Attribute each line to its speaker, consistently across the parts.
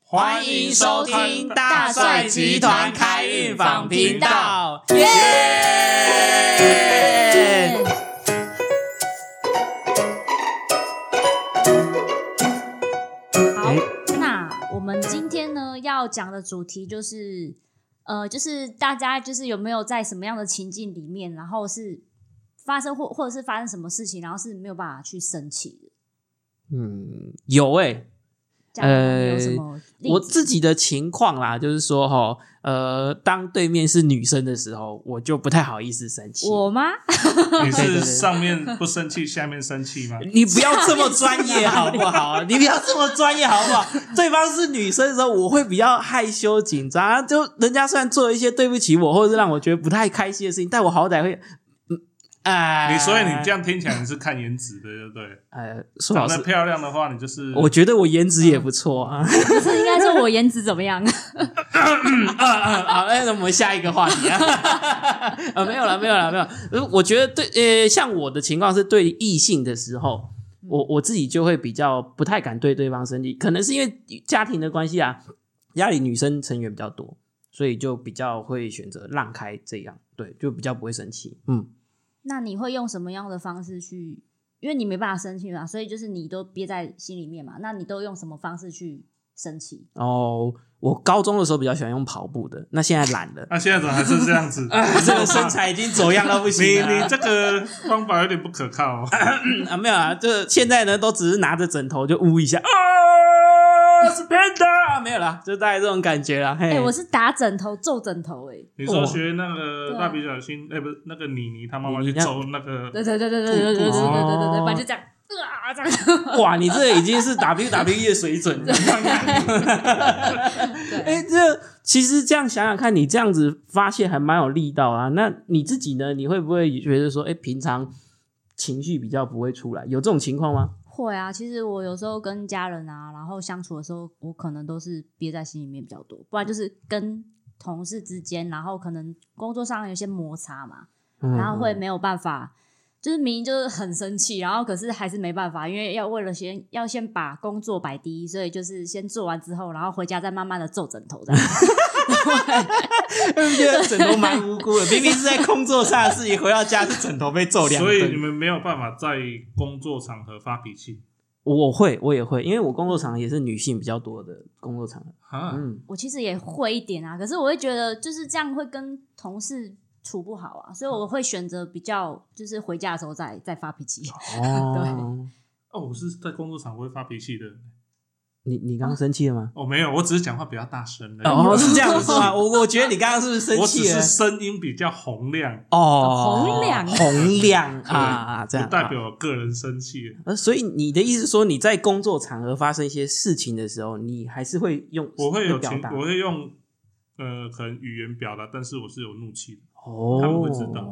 Speaker 1: 欢迎收听大帅集团开运访频道，耶！哎
Speaker 2: 好，那我们今天呢要讲的主题就是，呃，就是大家就是有没有在什么样的情境里面，然后是发生或或者是发生什么事情，然后是没有办法去生气的。
Speaker 1: 嗯，有哎、
Speaker 2: 这样有没有什么例
Speaker 1: 我
Speaker 2: 子？
Speaker 1: 自己的情况啦，就是说哈，呃，当对面是女生的时候，我就不太好意思生气。
Speaker 2: 我吗？
Speaker 3: 你是上面不生气，下面生气 吗？
Speaker 1: 你不要这么专业好不好？你不要这么专业好不好？对方是女生的时候，我会比较害羞紧张啊。就人家虽然做了一些对不起我，或者是让我觉得不太开心的事情，但我好歹会，嗯，啊、
Speaker 3: 你所以你这样听起来你是看颜值的，对不对？
Speaker 1: 呃，说老
Speaker 3: 长
Speaker 1: 实
Speaker 3: 得，漂亮的话，你就是
Speaker 1: 我觉得我颜值也不错啊。
Speaker 3: 嗯
Speaker 2: 不是应该说我颜值怎么样？
Speaker 1: 啊啊！好，那我们下一个话 题啊。啊，没有了，没有了，没有。呃我觉得对，呃，像我的情况是对异性的时
Speaker 3: 嗯
Speaker 1: 候，我我自己就会比较不太敢对对方生气，可能是因为家庭的关系啊，家里女生成员比较多，所以就比较会选择让开，这样对，就比较不会生气。嗯，
Speaker 2: 那你会用什么样的方式去？因为你没办法生气嘛，所以就是你都憋在心里面嘛。那你都用什么方式去生气？
Speaker 1: 然后我高中的时候比较喜欢用跑步的，那现在懒
Speaker 3: ，
Speaker 1: 了
Speaker 3: 那现在怎么还是这样 子？
Speaker 1: 啊这个身材已经走样到不
Speaker 3: 你
Speaker 1: 行了。
Speaker 3: 你这个方法有点不可 靠哦。
Speaker 1: 啊，没有啊，这现在呢，都只是拿着枕头就呜一 下，啊，是 panda，没有啦，就大概这种感觉啦。嘿，
Speaker 2: 哎、我是打枕头揍枕头、哎，
Speaker 3: 你说学那个
Speaker 2: 哦
Speaker 3: 蜡笔小新，哎，不是那个妮妮，她妈妈
Speaker 1: 妮妮
Speaker 3: 去
Speaker 1: 那
Speaker 3: 揍那个，
Speaker 2: 对对对对对对对对对对对对，反正就这样啊这样。
Speaker 1: 哇，你这已经是 WWE 的水准 了。哎、这其实这样想想看，你这样子发泄还蛮有力道啊。那你自己呢？你会不会觉得说，哎、平常情绪比较不会出来，有这种情况吗？
Speaker 2: 会啊，其实我有时候跟家人啊，然后相处的时候，我可能都是憋在心里面比较多，不然就是跟同事之间，然后可能工作上有些摩擦嘛，
Speaker 1: 嗯
Speaker 2: 然 后会没有办法，就是明明就是很生气，然后可是还是没办法，因为要为了先要先把工作摆第一，所以就是先做完之后，然后回家再慢慢的皱枕头这样。
Speaker 1: 会不会觉得枕头蛮无辜的？明明是在工作上的事情，回到家是枕头被揍两
Speaker 3: 所以你
Speaker 1: 顿。
Speaker 3: 们没有办法在工作场合发脾气
Speaker 1: 我会，我也会，因为我工作场合也是女性比较多的工作场合。
Speaker 3: 啊？
Speaker 1: 嗯，
Speaker 2: 我其实也会一点啊，可是我会觉得就是这样会跟同事处不好啊，所以我会选择比较就是回家的时候再再发脾气。
Speaker 1: 哦，
Speaker 3: 哦，我是在工作场合会发脾气的人。
Speaker 1: 你你刚刚生气了吗？
Speaker 3: 哦，没有，我只是讲话比较大声而已。
Speaker 1: 哦，是这 样子是吗？ 我我觉得你刚刚是不是生
Speaker 3: 我只
Speaker 1: 气了
Speaker 3: 是？声音比较洪亮，
Speaker 1: 哦，
Speaker 2: 洪亮
Speaker 1: 洪亮 啊啊，这
Speaker 3: 不
Speaker 1: 样
Speaker 3: 代。表我个人生气。
Speaker 1: 啊呃所以你的意思说，你在工作场合发生一些事情的时候，你还是会用
Speaker 3: 我会有
Speaker 1: 表
Speaker 3: 情，
Speaker 1: 达
Speaker 3: 我会用呃，可能语言表达，但是我是有怒气的。
Speaker 1: 哦，
Speaker 3: 他们会知道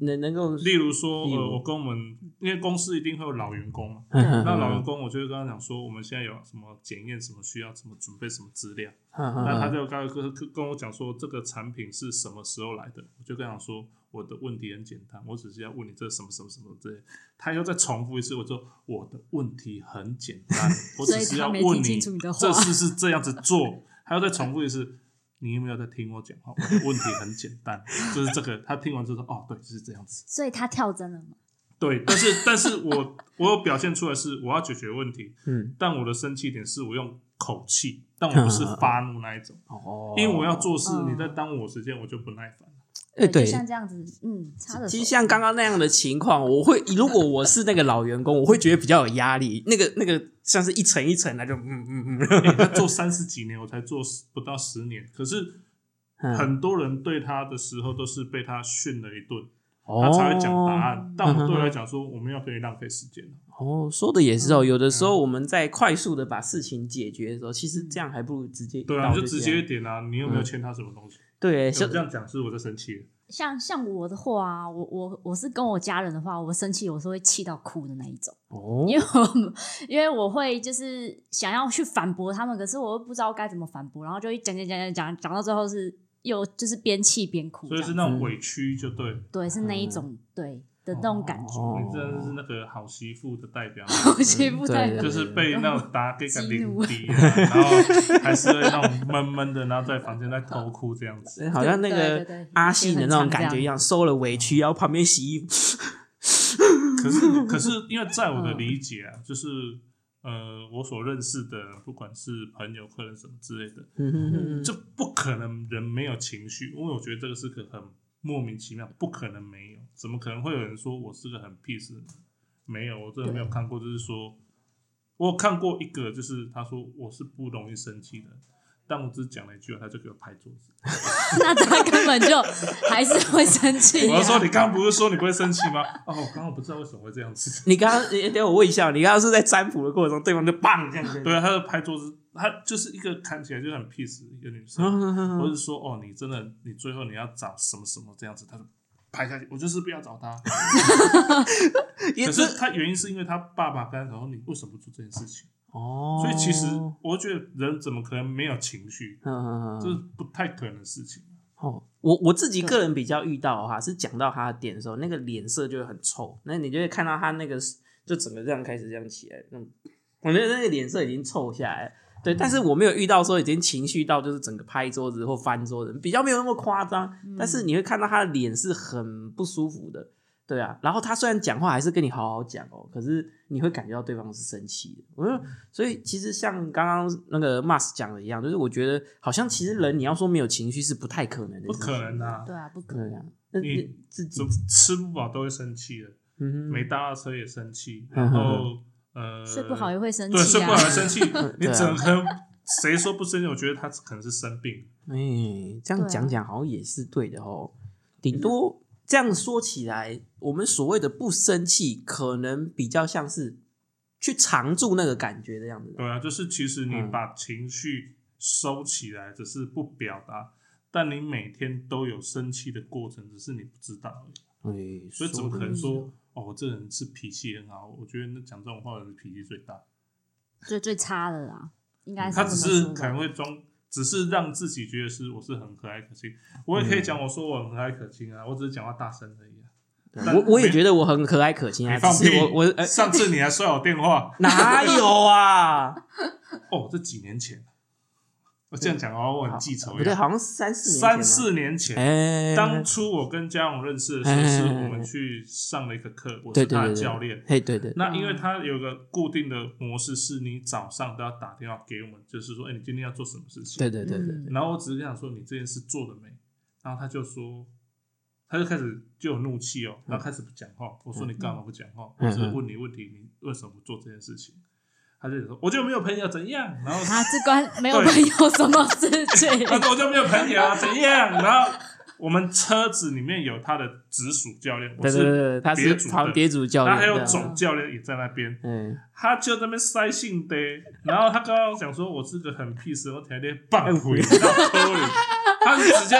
Speaker 1: 能能够
Speaker 3: 例如说，
Speaker 1: 例如嗯
Speaker 3: 呃，我跟我们因为公司一定会有老员工嘛，那老员
Speaker 1: 那
Speaker 3: 工我就会跟他讲说，我们现在有什么检验，什么需要，怎么准备什么资料。
Speaker 1: 嗯
Speaker 2: 嗯
Speaker 3: 那他
Speaker 1: 他
Speaker 3: 就刚跟跟我讲说，这个产品是什么时候来的？我就跟他讲说，我的问题很简单，我只是要问你这什么什么什么之类。他又再重复一次，我说我的问题很简 单，我只是要
Speaker 2: 所以他
Speaker 3: 问你
Speaker 2: 没听清楚你的话
Speaker 3: 这事是这样子做。他又再重复一次，你有没有在听我讲话？我的问题很简单，就是这个。他听完就说，哦，对，就是这样子。
Speaker 2: 所以他跳针了嘛？
Speaker 3: 对，但是但是我我有表现出来是我要解决问题，
Speaker 1: 嗯
Speaker 3: 但我的生气点是我用口气，但我不是发怒那一种。
Speaker 1: 哦
Speaker 3: 因为我要做事，
Speaker 2: 嗯
Speaker 3: 你在耽误我时间，我就不耐烦。
Speaker 1: 哎对
Speaker 2: 就像这样子，嗯，差的
Speaker 1: 哦其实像刚刚那样的情况，我会如果我是那个老员工，我会觉得比较有压力。那个那个像是一层一层的，就嗯嗯嗯
Speaker 3: 欸他做三十几年，我才做十不到十年，可是
Speaker 1: 嗯，
Speaker 3: 很多人对他的时候都是被他训了一顿，
Speaker 1: 哦
Speaker 3: 他才会讲答案。但我
Speaker 1: 嗯
Speaker 3: 对我来讲说，我没有跟你浪费时间。
Speaker 1: 哦，说的也是
Speaker 3: 嗯
Speaker 1: 哦，有的时候我们在快速的把事情解决的时候，其实这样还不如直接一刀
Speaker 3: 对啊，你就
Speaker 1: 就
Speaker 3: 直
Speaker 1: 这
Speaker 3: 接
Speaker 1: 样
Speaker 3: 一点啊，你有没
Speaker 1: 嗯
Speaker 3: 有欠他什么东西？
Speaker 1: 对，
Speaker 3: 我
Speaker 1: 像
Speaker 3: 这样讲是我在生气了。
Speaker 2: 像像我的话啊，我我我是跟我家人的话，我生气我是会气到哭的那一种。
Speaker 1: 哦
Speaker 2: 因为我 因为我会就是想要去反驳他们，可是我又不知道该怎么反驳，然后就一讲讲讲讲讲讲到最后是又就是边气边哭
Speaker 3: 所
Speaker 2: 这
Speaker 3: 以
Speaker 2: 样，
Speaker 3: 是那种委屈，就对了。
Speaker 2: 对是那一种、对的那种感觉。
Speaker 1: 嗯哦
Speaker 3: 你真的是那个好媳妇的代表，
Speaker 2: 我欺负代表
Speaker 1: 嗯对
Speaker 3: 就是被那种打给个
Speaker 2: 激
Speaker 3: 领
Speaker 2: 怒
Speaker 3: 敌啊，然后还是会那种闷闷的，然后在房间在偷哭这样子。
Speaker 1: 哎好像那
Speaker 2: 对对
Speaker 1: 个
Speaker 2: 对对
Speaker 1: 阿信的那种感觉一
Speaker 2: 也
Speaker 1: 样，受了委屈，然后旁边洗衣服。
Speaker 3: 可是，可是，因为在我的理解啊，就是呃，我所认识的，不管是朋友、客人什么之类的，
Speaker 1: 嗯哼哼
Speaker 3: 这不可能人没有情绪，因为我觉得这个是个很莫名其妙，不可能没有，怎么可能会有人说我是个很 peace？的人没有，我真的没有看过，就是说，我有看过一个，就是他说我是不容易生气的人，但我只讲了一句话，他就给我拍桌子。
Speaker 2: 那他根本就还是会生气、
Speaker 3: 我
Speaker 2: 啊。
Speaker 3: 要说，你刚刚不是说你不会生气吗？哦，我刚刚不知道为什么会这样子。
Speaker 1: 你刚刚，哎等一下我问一下，你刚刚是在占卜的过程中，对方就棒这样子。
Speaker 3: 对啊，他就拍桌子，他就是一个看起来就很 peace 的一个女生，
Speaker 1: 嗯哼哼
Speaker 3: 我
Speaker 1: 哼
Speaker 3: 是说，哦，你真的，你最后你要找什么什么这样子，他就拍下去。我就是不要找他，
Speaker 1: 也
Speaker 3: 可
Speaker 1: 是
Speaker 3: 是他原因是因为他爸爸跟他讲说，你为什么不做这件事情？
Speaker 1: 哦，
Speaker 3: 所以其实我觉得人怎么可能没有情绪？
Speaker 1: 嗯，
Speaker 3: 这是不太可能的事情。
Speaker 1: 哦，我我自己个人比较遇到的话，是讲到他的点的时候，那个脸色就会很臭，那你就会看到他那个就整个这样开始这样起来，嗯，我觉得那个脸色已经臭下来了。对，但是我没有遇到说已经情绪到就是整个拍桌子或翻桌子，比较没有那么夸张。
Speaker 3: 嗯
Speaker 1: 但是你会看到他的脸是很不舒服的，对啊。然后他虽然讲话还是跟你好好讲哦，可是你会感觉到对方是生气的。我
Speaker 3: 嗯
Speaker 1: 说，所以其实像刚刚那个 Mas 讲的一样，就是我觉得好像其实人你要说没有情绪是不太可能的，
Speaker 3: 不可能啊！
Speaker 2: 对啊，不可
Speaker 1: 对啊，那
Speaker 3: 你
Speaker 1: 那自己
Speaker 3: 怎么吃不饱都会生气的，
Speaker 1: 嗯哼
Speaker 3: 没搭到车也生气，
Speaker 1: 嗯
Speaker 3: 然后呃，
Speaker 2: 睡不好也会生
Speaker 3: 对，
Speaker 2: 气
Speaker 3: 睡不
Speaker 2: 啊
Speaker 3: 好。也 生气，你
Speaker 1: 对啊
Speaker 3: 整个谁说不生气？我觉得他可能是生病，
Speaker 1: 哎、这样
Speaker 2: 对啊嗯
Speaker 1: 讲讲好像也是对的哦。顶多这样说起来，我们所谓的不生气，可能比较像是去常住那个感觉的样子。
Speaker 3: 对啊，就是其实你
Speaker 1: 嗯
Speaker 3: 把情绪收起来，只是不表达。但你每天都有生气的过程，只是你不知道而已。
Speaker 1: 哎、
Speaker 3: 所以怎么可能
Speaker 1: 得
Speaker 3: 说哦，我这个人是脾气很好？我觉得那讲这种话的人脾气最大。
Speaker 2: 最最差的啦，应该是
Speaker 3: 嗯他只是
Speaker 2: 这么说
Speaker 3: 可
Speaker 2: 吧
Speaker 3: 能会装，只是让自己觉得是我是很和蔼可亲。我也可以讲我说我很和蔼可亲啊，我只是讲话大声而已、啊。
Speaker 1: 对我我也觉得我很可爱可亲啊，
Speaker 3: 你
Speaker 1: 只
Speaker 3: 放屁！
Speaker 1: 是我我呃
Speaker 3: 上次你还摔我电话
Speaker 1: 哪有 啊？
Speaker 3: 哦，这几年前，我这样讲的话我很记仇
Speaker 1: 不对，
Speaker 3: 呀。
Speaker 1: 好像三四年前
Speaker 3: 三
Speaker 1: 吧
Speaker 3: 四年前，
Speaker 1: 哎，
Speaker 3: 当初我跟嘉荣认识的时候，
Speaker 1: 哎
Speaker 3: 是我们去上了一个课，我
Speaker 1: 对
Speaker 3: 是
Speaker 1: 对
Speaker 3: 他
Speaker 1: 对
Speaker 3: 的
Speaker 1: 对
Speaker 3: 教练。
Speaker 1: 嘿对对，
Speaker 3: 那因为他有个固定的模式，是你早上都要打电话给我们，就是说，哎、你今天要做什么事情？
Speaker 1: 对对对对，
Speaker 2: 嗯
Speaker 3: 然后我只是想说你这件事做了没，然后他就说，他就开始就有怒气哦，然后开始不讲话。我说你干嘛不讲话？
Speaker 1: 嗯
Speaker 3: 我只是问你问题，你为什么不做这件事情？他就说我就没有朋友怎样，然后
Speaker 2: 啊，这关没有朋友什么事情
Speaker 3: 他说我就没有朋 友啊怎样，然后我们车子里面有他的直属教练，我
Speaker 1: 对对对
Speaker 3: 是
Speaker 1: 对，他
Speaker 3: 别
Speaker 1: 是
Speaker 3: 组的
Speaker 1: 旁别主教
Speaker 3: 然
Speaker 1: 练，
Speaker 3: 后还有
Speaker 1: 对啊
Speaker 3: 总教练也在那边，
Speaker 1: 嗯。
Speaker 3: 他就在那边塞信的， 然后他刚刚讲说，我是个很 peace，我天
Speaker 1: 哎
Speaker 3: 天棒回到车里，他是直接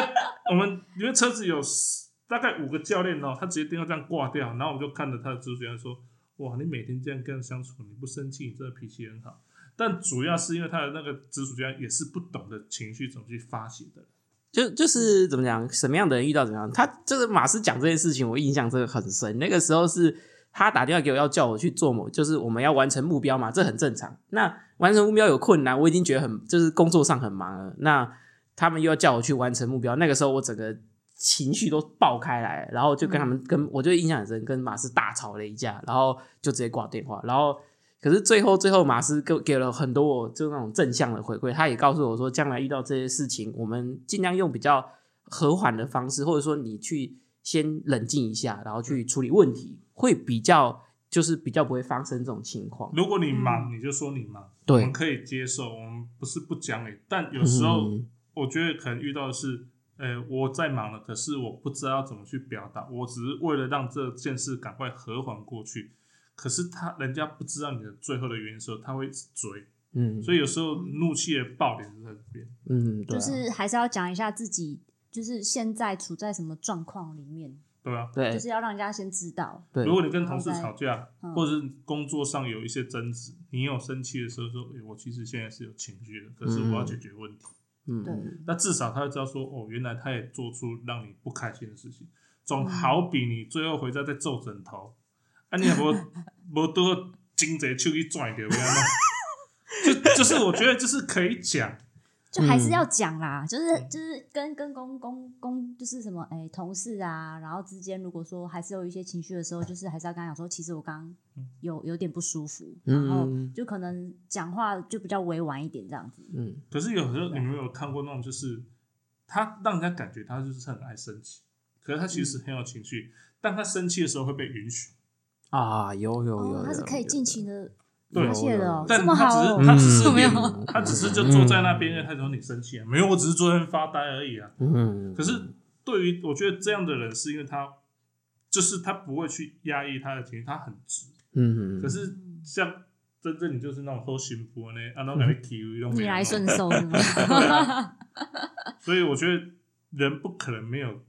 Speaker 3: 我们因为车子有十大概五个教练哦，他直接电话这样挂掉，然后我就看着他的主教练说，哇，你每天这样跟他相处，你不生气，你真的脾气很好。但主要是因为他的那个直属教练也是不懂得情绪怎么去发泄的，
Speaker 1: 就就是怎么讲，什么样的人遇到怎么样。他就是马斯讲这件事情，我印象真的很深。那个时候是他打电话给我，要叫我去做某，就是我们要完成目标嘛，这很正常。那完成目标有困难，我已经觉得很就是工作上很忙了。那他们又要叫我去完成目标，那个时候我整个情绪都爆开来，然后就跟他们跟我就印象很深，跟马斯大吵了一架，然后就直接挂电话，然后。可是最后，最后马斯给给了很多我就那种正向的回馈，他也告诉我说，将来遇到这些事情，我们尽量用比较和缓的方式，或者说你去先冷静一下，然后去处理问题，会比较就是比较不会发生这种情况。
Speaker 3: 如果你忙，你就说你忙，
Speaker 1: 嗯对
Speaker 3: 我们可以接受，我们不是不讲理，但有时候
Speaker 1: 嗯
Speaker 3: 我觉得可能遇到的是，呃，我在忙了，可是我不知道要怎么去表达，我只是为了让这件事赶快和缓过去。可是他人家不知道你的最后的原因的时候，他会一直追，
Speaker 1: 嗯
Speaker 3: 所以有时候怒气的爆点就在这边。
Speaker 1: 嗯，对
Speaker 2: 就
Speaker 1: 啊、
Speaker 2: 是还是要讲一下自己，就是现在处在什么状况里面，
Speaker 3: 对啊，
Speaker 2: 就
Speaker 1: 对
Speaker 2: 是要让人家先知道。
Speaker 1: 对
Speaker 3: 如果你跟同事
Speaker 2: 然后再
Speaker 3: 吵架，
Speaker 2: 嗯
Speaker 3: 或者是工作上有一些争执，你有生气的时候说：“诶、我其实现在是有情绪的，可是我要解决问题。
Speaker 1: 嗯
Speaker 2: 对，
Speaker 3: 那至少他会知道说：“哦，原来他也做出让你不开心的事情。”
Speaker 2: 嗯
Speaker 3: 总好比你最后回家在皱枕头，啊，你也 无无多经济手去拽掉，安吗？就就是我觉得就是可以讲，
Speaker 2: 就还
Speaker 1: 嗯
Speaker 2: 是要讲啦，就是就是跟跟公公公就是什么哎、同事啊，然后之间如果说还是有一些情绪的时候，就是还是要跟他讲说，其实我刚刚有有点不舒服，然后
Speaker 1: 嗯
Speaker 2: 就可能讲话就比较委婉一点这样子。
Speaker 1: 嗯，
Speaker 3: 可是有时候你们有看过那种，就是他让人家感觉他就是很爱生气，可是他其
Speaker 2: 嗯
Speaker 3: 实很有情绪，但他生气的时候会被允许，
Speaker 1: 啊，有有有
Speaker 2: 哦，
Speaker 1: 有，
Speaker 2: 他是可以
Speaker 1: 有
Speaker 2: 尽情的
Speaker 3: 对
Speaker 2: 发泄的哦，
Speaker 3: 但
Speaker 2: 这么
Speaker 3: 他
Speaker 2: 好
Speaker 3: 只是
Speaker 2: 哦，
Speaker 3: 他只是
Speaker 1: 嗯
Speaker 2: 没有嗯
Speaker 3: 脸他只是就坐在那边，因为他惹你生气啊，没有，我只是坐在那边发呆而已啊。
Speaker 1: 嗯，
Speaker 3: 可是对于我觉得这样的人，是因为他就是他不会去压抑他的情绪，他很直。
Speaker 1: 嗯，
Speaker 3: 可是像真正你就是那种偷心波呢，啊，那种感觉体育都没
Speaker 2: 逆
Speaker 3: 有
Speaker 2: 来
Speaker 3: 弄
Speaker 2: 顺受 是吗？
Speaker 3: 所以我觉得人不可能没有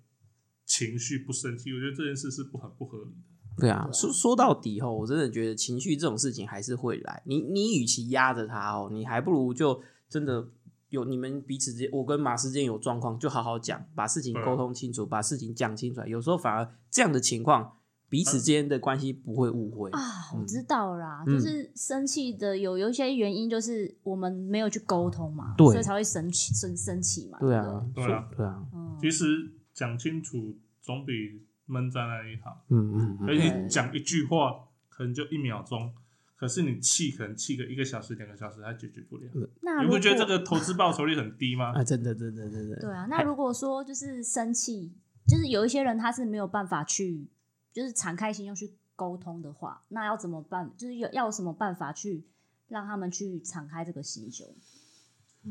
Speaker 3: 情绪不生气，我觉得这件事是不很不合理的。
Speaker 1: 对啊，说说到底吼，我真的觉得情绪这种事情还是会来。你你与其压着它哦，你还不如就真的有你们彼此之间，我跟马之间有状况，就好好讲，把事情
Speaker 3: 对啊
Speaker 1: 沟通清楚，把事情讲清楚。啊有时候反而这样的情况，彼
Speaker 3: 嗯
Speaker 1: 此之间的关系不会误会。
Speaker 2: 啊，我
Speaker 1: 嗯
Speaker 2: 知道啦，
Speaker 1: 嗯
Speaker 2: 就是生气的有有一些原因，就是我们没有去沟通嘛，
Speaker 1: 对
Speaker 2: 所以才会生气生生气嘛。
Speaker 1: 对
Speaker 2: 不
Speaker 1: 啊，
Speaker 3: 对
Speaker 1: 所
Speaker 3: 啊
Speaker 1: 对啊，
Speaker 2: 嗯，
Speaker 3: 其实讲清楚总比闷在那里好，
Speaker 1: 嗯嗯
Speaker 3: 而
Speaker 1: 嗯，
Speaker 3: 且
Speaker 2: 对
Speaker 3: 你讲一句话可能就一秒钟，可是你气可能气个一个小时、两个小时还解决不了。
Speaker 2: 那
Speaker 3: 你
Speaker 2: 如果
Speaker 3: 不觉得这个投资报酬率很低吗？
Speaker 1: 啊，真的真的真的，
Speaker 2: 对啊？那如果说就是生气，就是有一些人他是没有办法去，就是敞开心胸去沟通的话，那要怎么办？就是有要有什么办法去让他们去敞开这个心胸？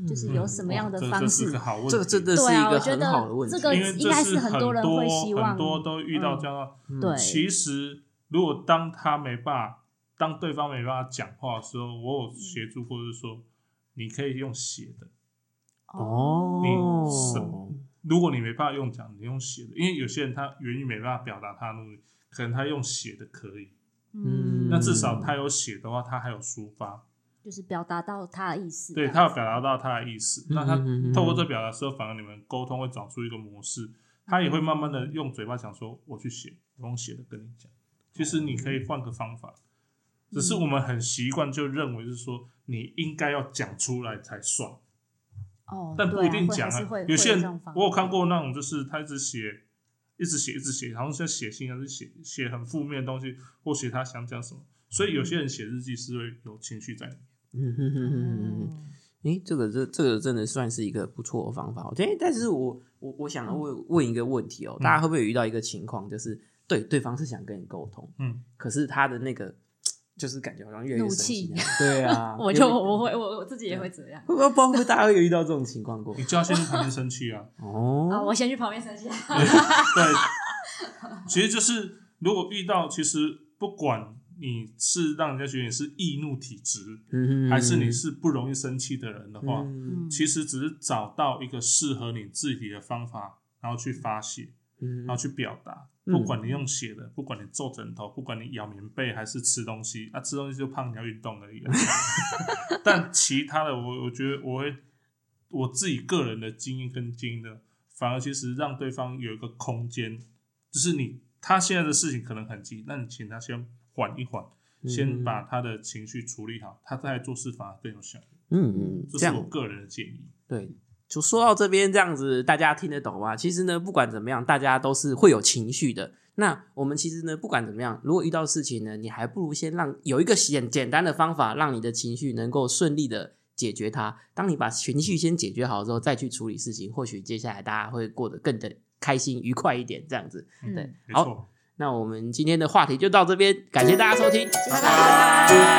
Speaker 2: 就是有什么样的
Speaker 3: 嗯哇
Speaker 2: 方
Speaker 3: 这这
Speaker 2: 式
Speaker 3: 是个好问题，
Speaker 1: 这真的是
Speaker 2: 对
Speaker 1: 一
Speaker 2: 啊
Speaker 1: 个
Speaker 2: 我觉
Speaker 1: 很
Speaker 2: 得
Speaker 1: 好的问题。
Speaker 2: 这个
Speaker 3: 因为
Speaker 2: 应
Speaker 3: 这
Speaker 2: 该
Speaker 3: 是
Speaker 2: 是很多人会希望嗯
Speaker 3: 很多都遇到这样的。
Speaker 2: 对，
Speaker 3: 其实，如果当他没办法，当对方没办法讲话的时候，我
Speaker 2: 嗯
Speaker 3: 有协助或者说，你可以用写的。
Speaker 1: 哦，
Speaker 3: 你
Speaker 2: 嗯
Speaker 3: 什么如果你没办法用讲，你用写的，因为有些人他言语没办法表达他的怒，可能他用写的可以。
Speaker 1: 嗯
Speaker 3: 那至少他有写的话，他还有抒发，
Speaker 2: 就是表达到他的意思，啊
Speaker 3: 对他有表达到他的意思。
Speaker 1: 嗯
Speaker 3: 那他
Speaker 1: 嗯嗯嗯
Speaker 3: 透过这表达的时候，反而你们沟通会找出一个模式，他
Speaker 2: 嗯
Speaker 3: 也会慢慢的用嘴巴讲说，我去写，我用写的跟你讲。其实你可以换个方法，只是我们很习惯就认为是说你应该要讲出来才算，
Speaker 2: 哦，
Speaker 3: 但不一定
Speaker 2: 对
Speaker 3: 讲
Speaker 2: 啊，会还是会
Speaker 3: 有些
Speaker 2: 会这种
Speaker 3: 人
Speaker 2: 方
Speaker 3: 我有看过那种，就是他一直写，一直写，一直写，然后像写信还是写写很负面的东西，或写他想讲什么。所以有些人写日记是会有情绪在里面。
Speaker 1: 嗯哼哼哼哼哼。
Speaker 2: 嗯
Speaker 1: 诶，这个这这个真的算是一个不错的方法。哦诶，但是我我我想要问问一个问题
Speaker 3: 嗯
Speaker 1: 哦，大家会不会有遇到一个情况，就是对对方是想跟你沟通，
Speaker 3: 嗯，
Speaker 1: 可是他的那个就是感觉好像越来越
Speaker 2: 怒
Speaker 1: 生气
Speaker 2: 气
Speaker 1: 那样，对啊
Speaker 2: ，我就我会我我自己也会这样
Speaker 1: 不不不，大家会有遇到这种情况过
Speaker 3: 你就要先去旁边生气啊。
Speaker 2: 啊，
Speaker 1: 哦，
Speaker 2: 我先去旁边生气。
Speaker 3: 对，其实就是如果遇到，其实不管你是让人家觉得你是易怒体质，
Speaker 1: 嗯
Speaker 3: 还是你是不容易生气的人的话，
Speaker 1: 嗯
Speaker 2: 嗯
Speaker 3: 其实只是找到一个适合你自己的方法，然后去发泄。
Speaker 1: 嗯
Speaker 3: 然后去表达。
Speaker 1: 嗯
Speaker 3: 不管你用写的，不管你皱枕头，不管你咬棉被还是吃东西，啊，吃东西就胖，你要运动而已啊。 但其他的我，我觉得我会我自己个人的经验跟经验的，反而其实让对方有一个空间，就是你他现在的事情可能很急，那你请他先缓一缓，先把他的情绪处理好，他再来做事反而更有效率。
Speaker 1: 嗯嗯，
Speaker 3: 这
Speaker 1: 这
Speaker 3: 是
Speaker 1: 样
Speaker 3: 我个人的建议。
Speaker 1: 对，就说到这边这样子，大家听得懂吗？其实呢，不管怎么样，大家都是会有情绪的。那我们其实呢，不管怎么样，如果遇到事情呢，你还不如先让有一个简简单的方法，让你的情绪能够顺利的解决它。当你把情绪先解决好之后，再去处理事情，或许接下来大家会过得更的开心愉快一点。这样子，
Speaker 2: 嗯
Speaker 1: 对
Speaker 3: 没，
Speaker 1: 好，
Speaker 3: 错，
Speaker 1: 那我们今天的话题就到这边，感谢大家收听，
Speaker 2: 拜拜